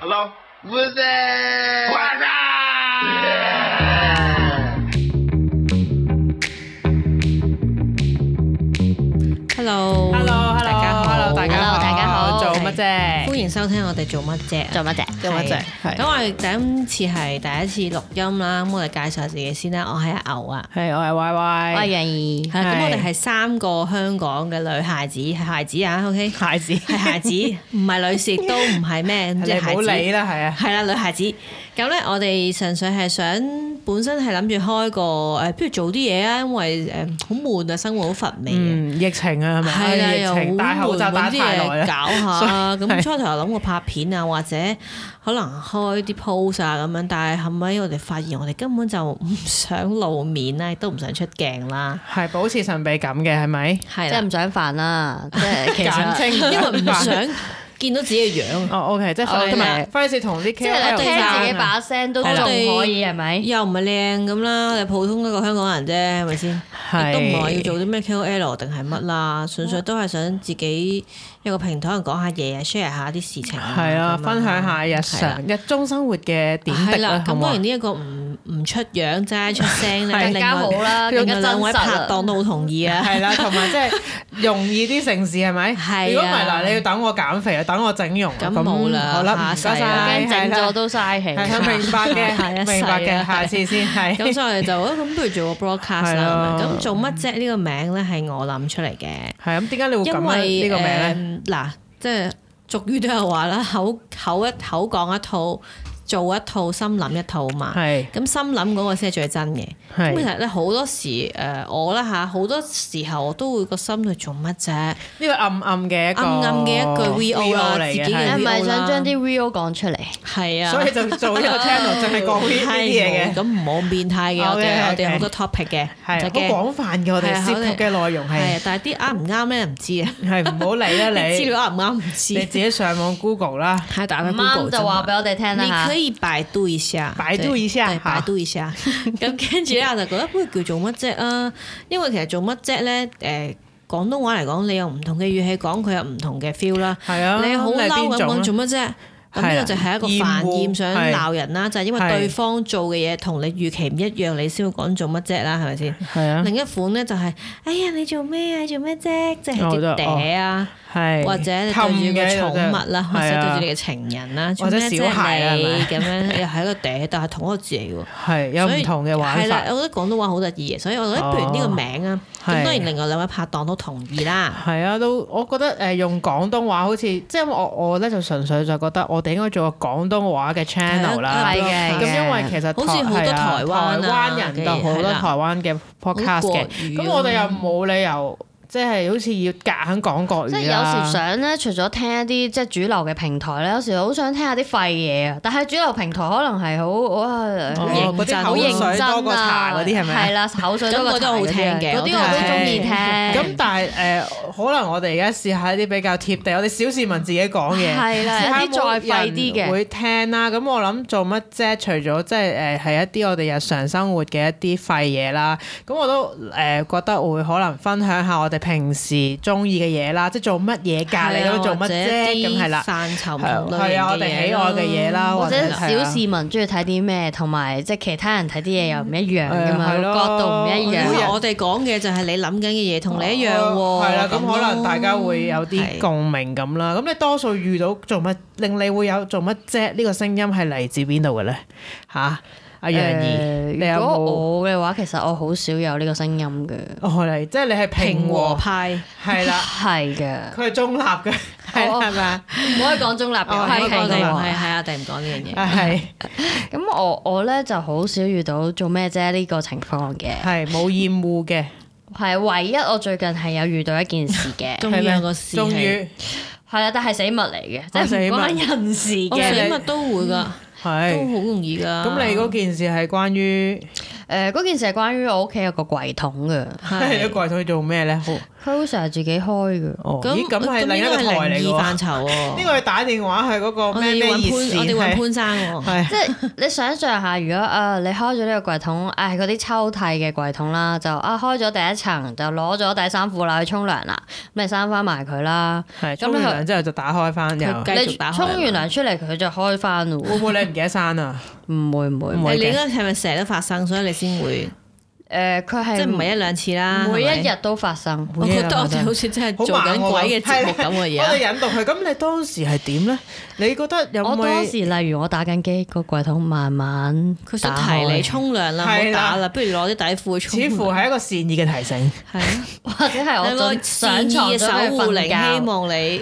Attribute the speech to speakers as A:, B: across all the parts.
A: Hello?
B: What's that?
C: Hello，大家好
D: Hello，大家好
C: Hello，大家好
D: 做乜
C: 歡
D: 啫？
C: 迎收聽我哋做乜啫？
E: 做乜啫？
D: 做乜啫
C: 係？
D: 係
C: 咁我哋今次係第一次錄音啦，咁我哋介紹下自己先啦。我係阿牛啊，
D: 係我係 Y
E: 我係
D: Y，
E: 楊怡，
C: 係啦咁
D: 係
C: 我哋係三個香港嘅女孩子，係孩子啊，OK，
D: 孩子，
C: 係孩 子，唔係女士，亦都唔係咩，咁即
D: 你
C: 係
D: 唔好
C: 孩
D: 理
C: 子。
D: 啦，係啊，
C: 係啦，女孩子。咁咧，我哋純粹係想本身係諗住開個誒，不如做啲嘢啊，因為誒好悶啊，生活好乏味啊。
D: 嗯，疫情啊，係咪？
C: 係啦，
D: 疫
C: 又好
D: 情戴口罩
C: 悶
D: 戴
C: 揾
D: 太
C: 啲
D: 耐
C: 嘢
D: 啦，
C: 搞
D: 所以
C: 下。咁
D: 係
C: 初頭又諗過拍片啊，或者可能開啲 pose 啊咁樣，但係後尾我哋發現我哋根本就唔想露面啊啦，亦都唔想出鏡啦，
D: 係保持神秘感嘅，係咪？
C: 係
E: 即
C: 啦
E: 係唔，想煩啦，即係其
D: 簡
E: 實
D: 稱
C: 因為唔
D: 煩
C: 想見到自己嘅樣，
D: 哦，OK，即係費
E: 同埋
D: 費事同啲
E: 即係
D: KOL
E: 你聽自己把聲都仲可以係咪？
C: 又唔係靚咁啦，我哋普通一個香港人啫，係咪先？亦都唔係話要做啲咩 KOL 定係乜啦，純粹都係想自己一個平台人講下嘢啊，share 下啲事情啊，
D: 係啊，
C: 咁樣
D: 分享下
C: 係
D: 日
C: 啦
D: 常日中生活嘅點滴
C: 係
D: 啦
C: 啦，，
D: 好
C: 咁當
D: 唔好啊
C: 然呢一個唔唔出樣齋出聲咧，
E: 更
C: 另
E: 加
C: 外
E: 好啦，
C: 另外
E: 更加真
C: 兩位
E: 實
C: 拍
E: 啦
C: 檔都好同意啊，
D: 係啦，同埋即係容易啲城市係咪？
C: 係啊
D: 如果唔係嗱，你要等我減肥啊，等我整容啊，
C: 咁冇啦
D: 好啦，唔
C: 下
D: 該
C: 世啦
D: 晒，
E: 驚整
D: 係啦
E: 咗都嘥氣。
D: 係明白
C: 係啊
D: 嘅，明白
C: 係啊
D: 嘅，下次先係。
C: 咁所以我哋就啊咁不如做個 broadcast
D: 係
C: 啦
D: 啊。
C: 咁做乜啫？呢個名咧係我諗出嚟嘅，
D: 係咁，點解你會咁
C: 因
D: 樣
C: 為
D: 呢個名咧？
C: 誒嗱，即係俗語都有話啦，口口一口講一套，做一套，心諗一套嘛。
D: 係
C: 咁心諗嗰個先係最真嘅。咁其
D: 係
C: 實咧好多時誒我啦嚇，好多時候我都會個心去做乜啫？
D: 呢個暗暗嘅一個
C: 暗暗嘅一句 VO 啦
D: VO 嚟
C: 自己嘅
E: 你
D: 係
E: 係咪
C: VO 啦
E: 想將啲 real 講出嚟？
C: 係啊。
D: 所以就做 呢個 channel 淨係講呢啲嘢嘅，
C: 咁唔好變態嘅，我哋
D: OK，OK
C: 我哋好多 topic 嘅，唔使
D: 係
C: 驚
D: 好廣泛嘅。我哋
C: 係啊
D: 涉及嘅內容
C: 係
D: 係
C: 啊，但係啲啱唔啱咧唔知啊，
D: 係唔好 理啦，
C: 資
D: 你
C: 料啱唔啱唔
D: 你
C: 知，
D: 自己上網 Google 啦。
C: 係打
E: 唔
C: 開 Google
E: 啱就話俾我哋聽
C: 你
E: 啦
C: 可
E: 嚇。
C: 以百度一下，
D: 百度一下
C: 對對
D: 好
C: 百度一 下。咁跟住咧，我就覺得不如叫做乜啫啊？因為其實做乜啫咧，誒廣東話嚟講，你有唔同嘅語氣講，佢有唔同嘅 feel 啦。
D: 係啊，
C: 你好
D: 係
C: 嬲
D: 邊
C: 咁
D: 種
C: 講
D: 啊
C: 做乜啫？咁
D: 係
C: 呢個
D: 啊
C: 就係一個煩厭想鬧人啦，就係因為對方做嘅嘢同你預期唔一樣，你先會講做乜啫啦，係咪先？
D: 係啊，
C: 另一款咧就係，哎呀你做咩啊？做咩啫？即係
D: 哦
C: 啲
D: 都
C: 嗲啊，
D: 哦係
C: 或者你對
D: 氹
C: 住個
D: 嘅
C: 寵物啦，或
D: 係
C: 者
D: 啊
C: 對住你嘅情人啦，
D: 或
C: 做
D: 者
C: 咩啫
D: 小孩啊
C: 你
D: 係咪
C: 咁樣 又係一個嗲，但係同一個字嚟喎。
D: 係有唔同嘅玩
C: 係啦，
D: 法，
C: 我覺得廣東話好得意嘅，所以我覺得不如呢個名啊，咁
D: 哦係
C: 當然另外兩位拍檔都同意啦。
D: 係啊，都我覺得誒用廣東話好似即係因為我我咧就純粹就覺得我哋應該做個廣東話嘅 channel 啦。
C: 係
E: 係
C: 啊
E: 嘅，
D: 咁因為其實
C: 好似好多
D: 係啊
C: 台灣啊
D: 台灣人就好
C: 嘅嘢係
D: 多
C: 啦
D: 台灣嘅 podcast
C: 國
D: 嘅，
C: 語
D: 咁
C: 啊
D: 我哋又冇理由即係好似要夾硬講國語啊
E: 即係有
D: 啦
E: 時想咧，除咗聽一啲即係主流嘅平台咧，有時好想聽下啲廢嘢啊。但係主流平台可能係好哇
D: 哦嗰啲
E: 好
D: 口
E: 認
D: 水
E: 真啊
D: 多過茶嗰啲係咪啊？
E: 係啦，口水
C: 咁
E: 多過
C: 嗰啲
E: 茶
C: 好
E: 嗰啲
C: 聽
E: 啊
C: 嘅
E: 嗰
C: 我
E: 啲
C: 都
E: 我
C: 係
E: 都中意聽。
D: 咁但係誒，可能我哋而家試下一啲比較貼地，我哋小市民自己講嘢，
E: 係啦
D: 試下
E: 有啲再廢
D: 有
E: 啲嘅
D: 冇人會聽啦。咁我諗做乜啫？除咗即係誒係一啲我哋日常生活嘅一啲廢嘢啦，咁我都誒覺得會可能分享下我哋平時中意嘅嘢啦，即係做乜嘢㗎？你
C: 係啊
D: 都做乜啫？咁係啦
C: 或者啲。範疇唔同類型嘅
D: 係啊，我哋喜愛嘅嘢啦，
E: 或者
D: 係啊
E: 小市民中意睇啲咩，同埋即係其他人睇啲嘢又唔一樣噶嘛，
D: 係
E: 個
D: 咯
E: 角度唔一
C: 因
D: 每
E: 樣
D: 日
C: 為。我哋講嘅就係你諗緊嘅嘢同你一樣喎。
D: 係啦，咁可能大家會有
C: 係
D: 啲共鳴咁啦。咁你多數遇到做乜令你會有做乜啫？呢個聲音係嚟自邊度嘅咧？吓，阿楊怡，
E: 誒
D: 你有
E: 如
D: 冇？
E: 果我嘅話，其實我好少有呢個聲音嘅，
D: 哦，嚟，即係你係
C: 平
D: 平
C: 和
D: 和，
C: 派，
D: 係啦，
E: 係嘅，
D: 佢係中立嘅，係
E: 哦
D: 啦係咪啊？
E: 唔可以講中立嘅，
D: 哦
E: 我
C: 係
E: 係
D: 唔可
C: 我
D: 以講
E: 平
D: 中
C: 哋
D: 立
C: 唔
E: 和
C: 係係我哋唔講呢樣嘢。
D: 啊係
E: 咁我我咧就好少遇到做咩啫呢個情況嘅，
D: 係冇厭惡嘅，
E: 係唯一我最近係有遇到一件事 嘅，
C: 終於有個事
D: 終
C: 係，
D: 於
E: 係啦，但係死物嚟嘅，即
D: 哦死
E: 係唔
D: 物哦
E: 關人事
C: 我
E: 嘅。
C: 死物都會㗎，都好
D: 係。
C: 容易㗎。
D: 咁你嗰件事係關於
E: 誒嗰件事係關於我屋企有個櫃桶嘅，
D: 係
C: 係
D: 你櫃桶做咩咧？好
E: Closer 自己開嘅，
D: 哦，
C: 咁
D: 咦，咁係另一個
C: 個
D: 台嚟嘅
C: 異範
D: 喎。
C: 疇喎。
D: 呢個要打電話去嗰個
C: 我
D: 咩
C: 哋要
D: 咩
C: 揾
D: 熱線
C: 潘，我哋
D: 係
C: 揾潘生喎。
D: 係
E: 即係你想象下，如果啊你開咗呢個櫃桶，唉嗰啲抽屉嘅櫃桶啦，就啊開咗第一層就攞咗第三褲啦去沖涼啦，咁你閂翻埋佢啦，
D: 係
E: 咁
D: 沖完
E: 你
D: 涼之後就打開翻又，
C: 佢繼
E: 你
C: 續打開
E: 沖完涼出嚟佢就開翻咯
D: 會
E: 喎，
D: 唔會你唔記得刪啊？
E: 唔會唔會
D: 唔，會嘅
C: 你你嗰係咪成日都發生，所以你先會
E: 誒佢
C: 即
E: 係
C: 係唔係一哦兩次啦？
E: 每
C: 係
E: 一
C: 咪，
E: 日都發生。
C: 我覺得我哋好似真係 做緊鬼嘅節目咁嘅
D: 我哋
C: 嘢。
D: 引導佢，咁你當時係點咧？你覺得有
E: 我當
D: 冇
E: 時例如我打緊機，個櫃桶慢慢
C: 佢想
E: 打
C: 提
E: 開
C: 你沖涼啦，唔
D: 係
C: 好
D: 啦
C: 打啦，不如攞啲底褲去沖
D: 似
C: 涼。
D: 乎係一個善意嘅提醒？
C: 係啊，
E: 或者係
C: 有
E: 我
C: 個
E: 準
C: 善
E: 上
C: 意
E: 床
C: 嘅
E: 咗
C: 守
E: 去
C: 護靈，
E: 瞓覺，
C: 希望你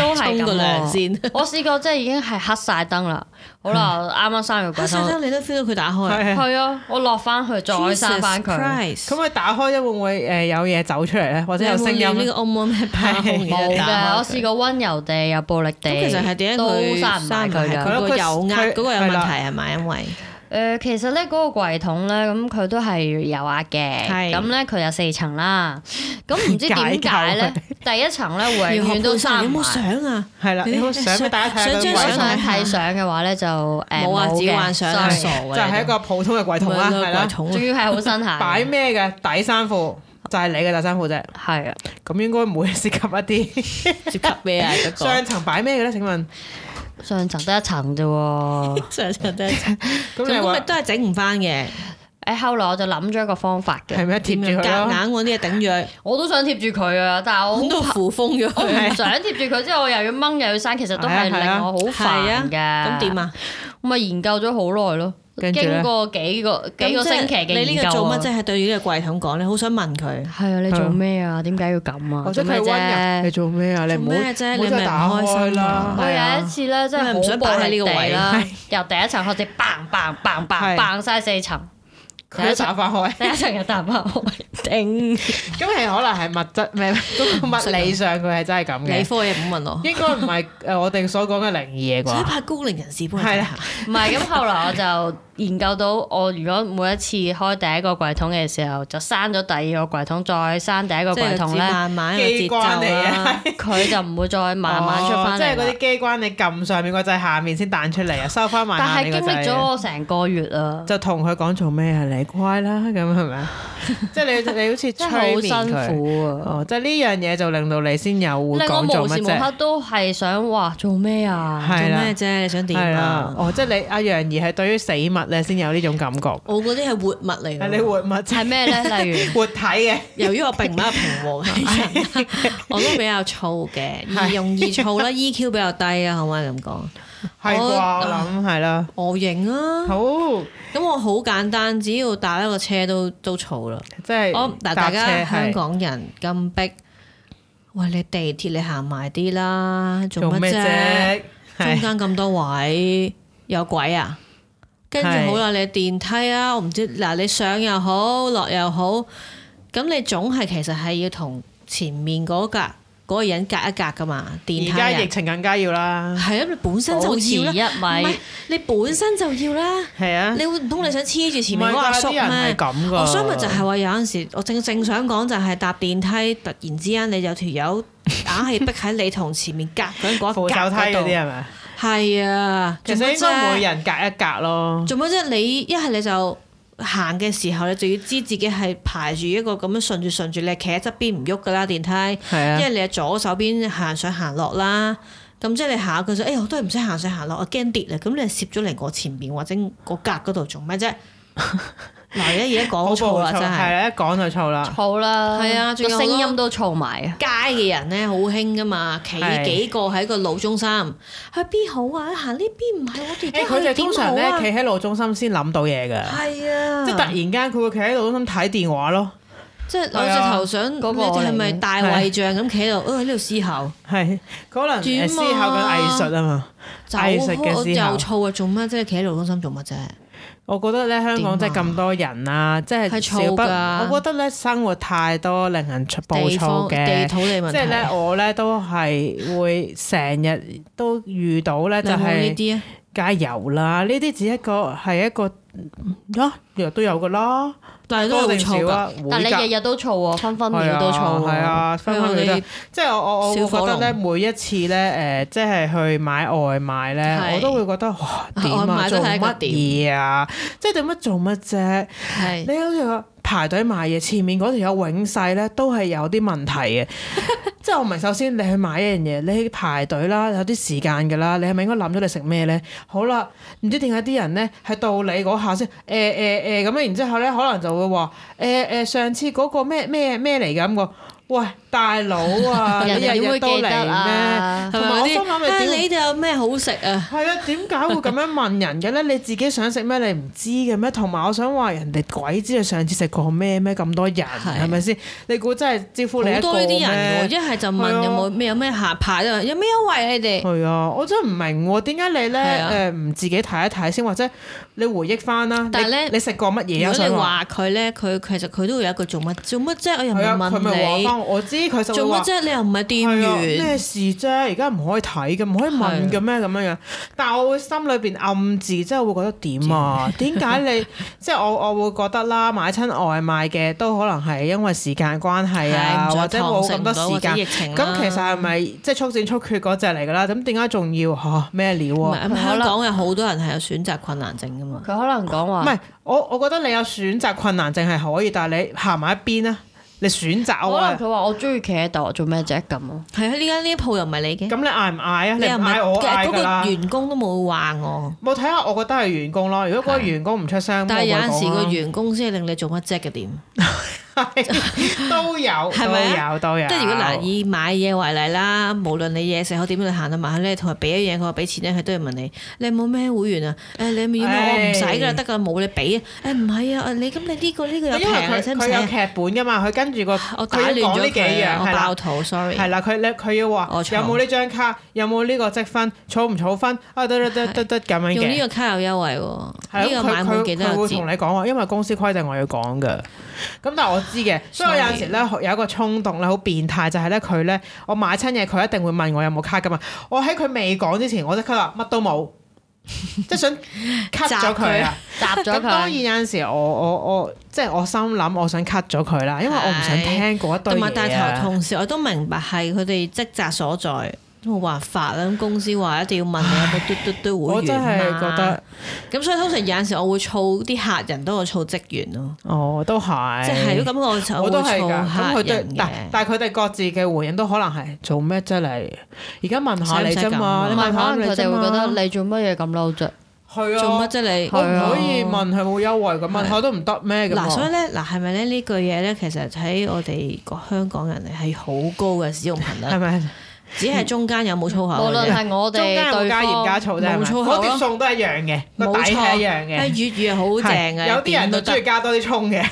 E: 都係
C: 沖個
E: 咁
C: 涼
E: 喎。
C: 先。
E: 我試過真係已經係黑晒燈啦，好啦，啱啱閂
C: 黑
E: 完櫃
C: 晒
E: 桶，
C: 燈你都 feel 到佢打開，
D: 係啊，
E: 係啊，我落翻去再閂翻佢，
D: 咁
C: 佢，
D: 佢打開咗會唔會誒有嘢走出嚟咧，或
C: 或
D: 者有聲音啊
C: 呢
D: 咧
C: 個？嗡嗡咩炮
D: 係
E: 冇嘅。我試
C: 試
E: 過温柔地有暴力地，
C: 咁其實係點解
E: 都
C: 佢
E: 閂唔埋佢
C: 佢
E: 㗎
D: 係。
C: 嗰
D: 咯
C: 個油壓
D: 佢
C: 嗰個有
D: 係
C: 問
D: 啦
C: 題係咪？因為
E: 誒、其實咧嗰、個櫃桶咧，咁佢都係有壓嘅，
C: 係
E: 咁咧佢有四層啦。咁 唔知點解咧，第一層咧
C: 姚
E: 永遠
C: 學
E: 都
C: 潘
E: 閂
C: 生有
E: 唔
C: 冇
E: 埋。
C: 相啊？
D: 係啦，
C: 你
D: 你好想俾大家睇下
C: 想
D: 個
C: 張
D: 櫃
E: 如果
C: 相
E: 想
D: 桶，
E: 睇相嘅話咧，就誒
C: 冇啊只幻想啊
E: ，sorry
C: 傻嘅
D: 就係一個普通嘅櫃桶啦，係啦
C: 櫃，桶
E: 仲要係好 新下，
D: 擺咩嘅底衫褲就係你嘅底衫褲啫，
E: 係啊，
D: 咁應該唔會涉及 一啲
C: 接級咩啊？嗰
D: 上層擺咩嘅咧？請問，
E: 上層得一層啫喎。
C: 個上層都係
D: 咁你
C: 咁咪
D: 話
C: 都係整唔翻嘅，
E: 誒，後來我就諗咗一個方法嘅，
D: 係咩貼
C: 點樣
D: 住佢
C: 夾
D: 咯？
C: 硬揾啲嘢頂住佢，
E: 我都想貼住佢啊，但係我
C: 咁
E: 好
C: 都扶風咗
E: 我唔
C: 佢。
E: 想貼住佢，之後我又要掹又要刪，其實都係
D: 係啊係
E: 令
D: 啊
E: 我好
C: 係啊
E: 煩嘅。
C: 咁點啊？
E: 我咪研究咗好耐咯，
D: 跟住咧
E: 經過幾個幾個星期
C: 咁即係
E: 嘅
C: 你呢
E: 研
C: 個
E: 究
C: 做乜？
E: 啊
C: 即。係對住呢個櫃桶講，你好想問佢。
E: 係啊，你做咩啊？點解要咁啊？
D: 或者
E: 做
D: 哦佢
E: 咩
D: 温柔，你
E: 啫？
D: 做咩啊？你唔好
C: 做咩啫你
D: 唔好真係
C: 咪唔
D: 打
C: 開心
D: 開啦
C: 啊。
E: 我
D: 係啊
E: 有一次咧，真係
C: 因為唔想
E: 好
C: 擺喺
E: 暴
C: 呢
E: 力
C: 個
E: 地
C: 位
E: 啦，由第一層開始 bang bang
D: 係
E: bang bang bang 曬四層，
D: 啊佢都打翻 開，
E: 第一層又打翻我，頂！
D: 咁係可能係物質 咩嗰
E: 啊
D: 個物理上佢係真係咁
C: 理
D: 嘅，
C: 科嘢唔好問我，
D: 應該唔係誒我哋所講嘅靈異嘢
C: 想
D: 啩？
C: 拍高齡人士幫我睇下。
E: 唔係咁，後來我就研究到，我如果每一次開第一個櫃桶嘅時候，就閂咗第二個櫃桶，再閂第一個
C: 即係
E: 櫃
C: 個節
E: 桶咧，
C: 慢慢有
D: 機
C: 節
D: 關
C: 奏
D: 嚟
E: 啊
D: 嘅
C: 啦。
E: 佢就唔會再慢慢出
D: 啊哦
E: 翻
D: 即係
E: 嚟
D: 嗰
E: 啦
D: 啲。機關你撳上面個掣，下面先彈出嚟啊，收翻埋下
E: 但
D: 面
E: 係
D: 個
E: 經歷咗
D: 掣。
E: 我成個月啊，
D: 就同佢講做咩啊？你乖啦，咁係咪 啊？即係你你好似
E: 真係
D: 催
E: 好
D: 眠
E: 辛
D: 佢。
E: 苦啊！
D: 哦，即係呢樣嘢就令到你先有會
E: 令我
D: 講做
E: 無
D: 乜
E: 時無刻
D: 啫？
E: 都係想話做咩啊？
C: 做
D: 係啦
C: 咩，啫？你想點
D: 係啦
C: 啊。？
D: 哦，即係你阿楊怡係對於死物咧先有呢種感覺，
C: 我嗰啲係活物嚟
D: 係你
C: 嘅，
D: 活物
E: 係咩咧？例 如
D: 活體嘅。
C: 由於我並唔係一個平和嘅人，啊我都比較燥嘅，而容易燥啦，EQ 比較低啦，可唔可以咁講？
D: 係啩？
C: 我
D: 我諗係啦。
C: 我型啊，
D: 好，
C: 咁我好簡單，只要搭一個車都都燥啦。
D: 即係
C: 我哦嗱，
D: 搭
C: 大
D: 車
C: 家香
D: 係
C: 港人咁逼，喂你地鐵你行埋啲啦，做
D: 做
C: 乜
D: 咩
C: 啫？
D: 啫？
C: 中
D: 係
C: 間咁多位有鬼啊！跟住
D: 係
C: 好啦，你電梯啊，我唔知嗱，你上又好，落又好，咁你總係其實係要同前面嗰格嗰個人隔一隔噶嘛，電梯
D: 而家
C: 啊
D: 疫，情更加要啦。
C: 係啊，你本身
E: 保
C: 就
E: 持一
C: 要啦，唔係
E: 米，
C: 你本身就要啦，
D: 係啊，
C: 你會唔通你想黐住前面嗰
D: 唔係
C: 個阿
D: 㗎
C: 叔
D: 啲人係
C: 咩？
D: 咁噶。
C: 我想咪就係話有陣時，我正正想講就係搭電梯，突然之間你有條友硬係逼喺你同前面隔 緊嗰一
D: 扶
C: 格
D: 手梯
C: 嗰
D: 嗰啲
C: 度。
D: 係咪？
C: 係啊，
D: 其
C: 做乜
D: 實應該
C: 啫
D: 每人隔一格咯。
C: 做乜啫？你一係你就行嘅時候，你就要知自己係排住一個咁樣順住順住，你係企喺側邊唔喐噶啦電梯，
D: 係啊
C: 因，為你係左手邊行上行落啦。咁即係你下一句就，哎呀，我都係唔使行上行落，我驚跌啊！咁你係攝咗嚟我前邊或者個格嗰度做咩 啫？嗱，而家而家
D: 好
C: 講錯啦，
D: 暴躁
C: 真
D: 係
C: 係
D: 啦，一講就燥啦。
E: 嘈啦，
C: 係啊仲
E: 個
C: 有好多
E: 聲音都嘈埋啊！
C: 街嘅人咧好興噶嘛，企
D: 係
C: 幾個喺個路中心，去邊好啊？行呢邊唔係我哋
D: 誒，
C: 而
D: 佢
C: 家去
D: 哋通
C: 邊
D: 常
C: 好
D: 咧
C: 啊？
D: 企喺路中心先諗到嘢㗎，
C: 係啊，
D: 即係突然間佢會企喺路中心睇電話咯。
C: 即係
D: 係
C: 我直
D: 啊
C: 頭想，
E: 嗰個
C: 你哋係
E: 我
C: 咪
E: 嚟
C: 大衛像咁企喺度？啊喺呢度思考，
D: 係，可能
C: 點啊
D: 誒思考緊藝術啊嘛。
C: 走
D: 藝術嘅
C: 開我
D: 思考
C: 又燥啊！做乜啫？企喺路中心做乜啫？
D: 我覺得咧，香港真係
C: 點啊
D: 咁多人啊，即係
C: 係
D: 少
C: 燥
D: 不。
C: 㗎
D: 我覺得咧，生活太多令人出暴
C: 地
D: 躁
C: 方地
D: 嘅。
C: 土地問
D: 即係咧，
C: 題，
D: 我咧都係會成日都遇到咧，就
C: 你有冇呢
D: 係
C: 啲啊？
D: 梗係有啦，呢啲只一個係一個啊，日日都有噶啦，
C: 但係都
D: 多
C: 好
D: 定少
C: 臭㗎。
D: 啊，
E: 但
D: 會
E: 你
D: 㗎
E: 日日都燥喎，分分
D: 係
E: 秒
D: 啊
E: 都燥喎。
D: 係啊，分分秒
C: 我
D: 都
C: 哋。
D: 即係我我我
C: 小火
D: 會覺得咧，
C: 龍
D: 每一次咧誒、呃即係去買外賣咧，
C: 係
D: 我都會覺得哇點
C: 外
D: 啊，
C: 賣都
D: 做
C: 係一個
D: 乜嘢啊？即係點乜做乜啫？
C: 係
D: 你好似話排隊買嘢，前面嗰條友永世咧都係有啲問題 嘅。即係我唔明，首先你去買一樣嘢，你去排隊啦，有啲時間㗎啦，你係咪應該諗咗你食咩咧？好啦，唔知點解啲人咧係到你嗰下先，誒誒誒咁樣，然之後咧可能就會話誒誒上次嗰個咩咩咩嚟㗎咁個。喂，大佬啊，你
E: 人哋
D: 日
E: 點
D: 日
E: 會
D: 都
E: 記
D: 嚟
E: 得啊
D: 咩？同
C: 係咪
D: 埋
C: 嗰
D: 我心
C: 啲？
D: 諗
C: 啊
D: 你點
C: 你哋有咩好食啊？
D: 係啊，點解會咁樣問人嘅咧？你自己想食咩，你唔知嘅咩？同埋我想話人哋鬼知你上次食過咩咩咁多人，係咪先？你估真係招呼你
C: 好
D: 一個
C: 多呢啲人喎，
D: 咩
C: 一？係就
D: 係
C: 問
D: 啊
C: 有冇咩有咩下排啊，有咩優惠你哋？
D: 係啊，我真係唔明喎，點解你咧
C: 係啊
D: 誒唔自己睇一睇先，或者你回憶翻啦？
C: 但係
D: 你
C: 咧
D: 你食過乜
C: 如
D: 嘢啊？我
C: 果
D: 想
C: 你
D: 話
C: 話佢咧，佢其實佢都會有一個做乜做乜啫？我又唔
D: 係啊，
C: 係
D: 佢咪話
C: 問
D: 翻我知佢
C: 你
D: 就會
C: 做
D: 話
C: 乜。啫？你又唔係店
D: 係啊，
C: 員，
D: 咩事啫？而家唔可以睇嘅，唔可以問嘅咩咁樣樣。但我會心裏邊暗自即係會覺得 點啊？點解你即係我我會覺得啦，買親外賣嘅都可能係因為時間關係啊，
C: 係唔
D: 或
C: 想
D: 者冇
C: 堂食
D: 咁
C: 唔到
D: 多時
C: 或者
D: 間。
C: 疫情啦
D: 咁其實係咪即係速戰速決嗰只嚟㗎啦？咁點解仲要嚇咩料
C: 唔
D: 啊？
C: 係香港有好多人係有選擇困難症噶嘛？
E: 佢可能講
D: 唔
E: 話
D: 係，我我覺得你有選擇困難症係可以，但係你行埋一邊啊，你選擇我
E: 可能
D: 啊，
E: 佢話我中意企喺度，我做咩啫咁 咯？
C: 係啊，呢間呢一鋪又唔係你嘅
D: 咁，你嗌唔嗌啊？你
C: 你又
D: 唔
C: 唔係
D: 嗌我嗌
C: 嗰
D: 㗎啦
C: 個。員工都冇話我，
D: 冇睇下，我覺得係員工咯。如果嗰個員工唔出聲，
C: 但係有陣
D: 陣
C: 時個
D: 員
C: 員工先係令你做乜啫嘅點？
D: 都有，
C: 係咪
D: 都
C: 啊
D: 有，都有。
C: 即係如果嗱以買嘢為例啦，無論你嘢食好點，你行到埋去咧，同佢俾咗嘢，佢話俾錢咧，佢都要問你：你有冇咩會員啊？誒、你有冇要咩？我唔使㗎啦，
D: 唉
C: 得㗎啦，冇你俾啊！誒唔係啊，你咁你呢、個呢、個有
D: 因為
C: 平，你
D: 佢
C: 使唔
D: 佢
C: 使
D: 有
C: 啊？
D: 劇本噶嘛，佢跟住個
C: 我打
D: 佢
C: 亂
D: 要講呢
C: 咗
D: 幾
C: 佢
D: 樣
C: 啊，我
D: 係啦
C: 爆。肚，sorry。
D: 係啦，佢你佢要話
C: 我錯
D: 有冇呢張卡，有冇呢個積分，儲唔儲分啊？得得得得得咁樣
C: 用呢
D: 嘅，
C: 個卡有優惠喎，
D: 係
C: 呢
D: 咯
C: 個
D: 佢
C: 買滿
D: 佢
C: 幾多
D: 佢
C: 有
D: 會
C: 折
D: 同？你講話，因為公司規定我要講噶。咁但係我知嘅，所以我有陣時咧
C: 嗯
D: 有一個衝動咧，好變態就係咧佢咧，我買親嘢佢一定會問我有冇卡噶嘛。我喺佢未講之前，我即刻話乜都冇，即係 想 cut 咗佢啊！
E: 閘咗
D: 咁當然
E: 佢，
D: 有陣時我我我即係我心諗，我想 cut 咗佢啦，因為我唔想聽嗰一堆
C: 同埋
D: 嘢
C: 大頭
D: 啊。
C: 同事我都明白係佢哋職責所在，都冇辦法啦。咁公司話一定要問你有冇嘟嘟嘟會啊
D: 我真
C: 員
D: 係
C: 嘛
D: 覺得，
C: 咁所以通常有陣時我會燥啲客人多過燥職員咯，
D: 哦，都係，
C: 即係如果咁我就
D: 我
C: 會
D: 都係㗎，咁
C: 啊燥
D: 佢
C: 客
D: 對
C: 人
D: 但
C: 嘅。
D: 但係佢哋各自嘅回應都可能係做咩啫你？而家問下你啫嘛，
C: 使啊
D: 你
E: 同
C: 唔
D: 問
E: 埋
D: 下
E: 可
D: 你
E: 能佢
D: 啫
E: 哋會覺
D: 嘛
E: 得你做乜嘢咁嬲啫？
D: 係啊，
C: 做乜啫你？哦
D: 我唔
E: 係啊
D: 可以問佢冇優惠咁問下都唔得咩咁
C: 嗱，所以
D: 啊？
C: 咧，嗱係咪咧呢句嘢咧，其實喺我哋個香港人係好高嘅使用頻
D: 係
C: 率，
D: 咪？
C: 只係中間有冇粗口
E: 嗯無
C: 嘅
E: 論
C: 啫。
E: 係我
D: 中間
E: 哋
D: 有冇
E: 對
D: 加鹽加
E: 方，
D: 醋啫？係咪
C: 冇粗口
D: 嗰
C: 咯
D: 碟餸都一樣嘅，個
C: 冇
D: 底
C: 錯
D: 係一樣
C: 啊
D: 嘅。
C: 粵語係好正嘅，
D: 係有啲人就
C: 都
D: 中意
C: 得
D: 加多啲葱嘅，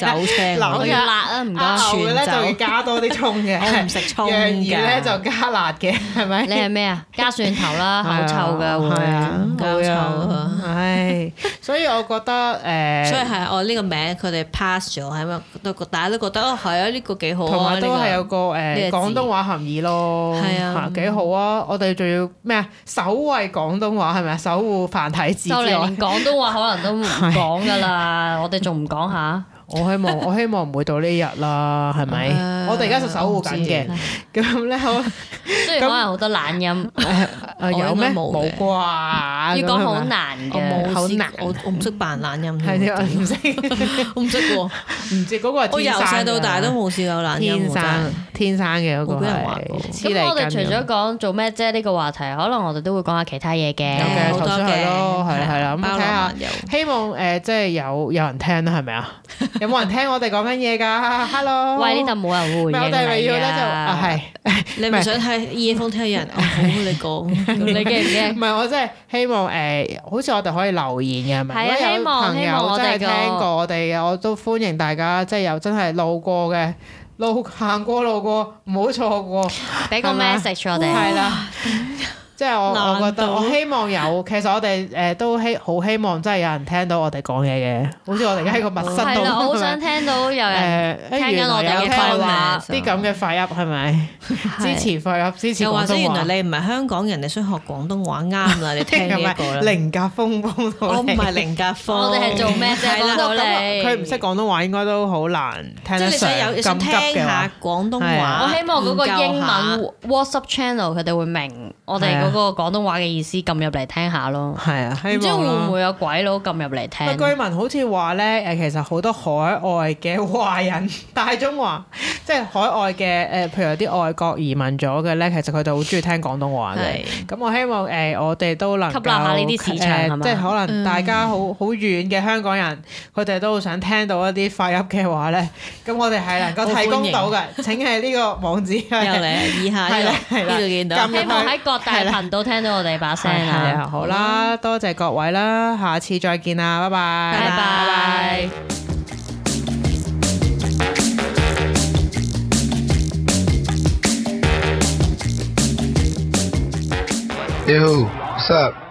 C: 走青
D: 嗱
E: 我
D: 我
E: 嘅
C: 喎。
D: 要
E: 辣啊，唔
D: 阿
E: 該。
D: 牛嘅咧就要加多啲葱 嘅，
C: 我唔食葱
D: 楊怡
C: 㗎
D: 咧就加辣嘅，係咪？
E: 你係咩啊？加蒜頭 啦，
D: 係啊
E: 口臭噶會。
D: 係啊，
C: 會啊
D: 會啊，唉，所以我覺得 誒，
C: 所以係哦我呢個名佢哋 pass 咗，係咪？都大家都覺得哦，係啊，呢個幾好
D: 同
C: 啊，
D: 埋都係有
C: 呢
D: 個
C: 呢
D: 誒
C: 個字
D: 廣東話含義咯，
C: 係啊
D: 嚇幾好啊！我哋仲要咩啊？守衞廣東話係咪啊？守護繁體字之
E: 就嚟
D: 外
E: 連，廣東話可能都 唔
D: 啊
E: 講噶啦，我哋仲唔講下？
D: 我希 望我希望唔會到呢一日啦，係咪？
C: 誒
D: 我哋而家就守護緊嘅，
C: 啊
D: 咁咧 好
E: 雖然可能好多懶音，
D: 啊誒有咩
C: 應該冇
D: 冇
C: 嘅
D: 啩？
E: 要
D: 要
E: 講好難
C: 個我冇
E: 嘅。
D: 好
C: 試
D: 難
C: 過我我唔識扮懶音添，
D: 係啊，唔識
C: 我唔識 喎。
D: 唔知嗰個係
C: 我由
D: 天生
C: 細到
D: 㗎
C: 大都冇試過懶音
D: 天
C: 喎，真係
D: 生天生嘅嗰個
C: 冇俾人話過
D: 係黐
E: 咁我
D: 脷
E: 哋除
D: 筋咁
E: 咗講做咩啫呢個話題，可能我哋都會講下其他嘢嘅
D: 有。嘅
C: 好多
D: 頭先係咯
C: 嘅
D: 係啦係啦咁
C: 包羅
D: 睇下
C: 萬有
D: 希望誒、呃即係有有人聽啦，係咪 啊？有冇人聽我哋講緊嘢㗎？Hello，
E: 喂，呢度冇人
D: 唔
E: 會
D: 係哦我哋咪
E: 回應
D: 要
E: 你
D: 咧就啊
E: 啊！
D: 係，
C: 你
D: 唔係
C: 咪想喺耳風聽有人哦好你講，
E: 你驚唔驚
D: 唔？係我真係希望誒、呃好似我哋可以留言嘅係咪？
E: 係啊
D: 如果有
E: 希望
D: 朋
E: 希望
D: 友
E: 我
D: 真係
E: 哋個
D: 聽過我哋嘅，我都歡迎大家即係有真係路過嘅路行過路過，唔好錯過。
E: 俾個
D: 係嘛
E: message 我哋。
D: 係啦，即係我
C: 難
D: 我覺得
C: 到
D: 我希望有，其實我哋誒都希好希望真係有人聽到我哋講嘢嘅，好似我哋而家喺個密室度
E: 係啦，我好想
D: 咁樣。
E: 聽到有人
D: 誒，
E: 聽緊我哋嘅
D: 快
C: 啊
D: 啦，
E: podcast
D: 啲咁嘅快噏係咪？支持快噏，支持
C: 又或
D: 廣
C: 者
D: 東
C: 原
D: 話，
C: 來你唔係香港人，你想學廣東話啱啦，你 聽呢一個啦。哦
D: 零格風風到
C: 我唔 係
D: 你
C: 凌格風，
E: 我哋係做咩啫
C: 係啦
E: 幫到你
D: 啊佢唔識廣東話應該都好難聽
C: 即係
D: 得
C: 你
D: 上
C: 想有
D: 咁
C: 想
D: 急
C: 聽
D: 嘅話
C: 下。廣東
D: 係
C: 話
D: 啊，
E: 我希望嗰個英
C: 研究
E: 文 WhatsApp channel 佢哋會明我
D: 係
E: 哋
D: 啊
E: 嗰個廣東話嘅意思，撳入嚟聽下咯。
D: 係啊，希
E: 唔知
D: 望
E: 會
D: 啦
E: 唔會有鬼佬撳入嚟
D: 喂，
E: 聽？
D: 據聞好似話咧，誒其實好多海外嘅華人大中華，即係海外嘅誒、譬如有啲外國移民咗嘅咧，其實佢哋好中意聽廣東話嘅。咁我希望誒、我哋都能夠
E: 吸納下呢啲市場
D: 誒
E: 係嘛
D: 即係可能大家好好遠嘅香港人，佢哋都好想聽到一啲快音嘅話咧，咁我哋係能夠提供到嘅。請喺呢個網址
C: 係又嚟以下
D: 係啦
C: 呢度
D: 係啦
C: 呢度見到
D: 咁
E: 希望喺各大頻道聽到我哋把聲
D: 係係
E: 啊
D: 啊，！好啦，多謝各位啦，下次再見啦，拜拜，
E: 拜拜。
B: Yo, what's up?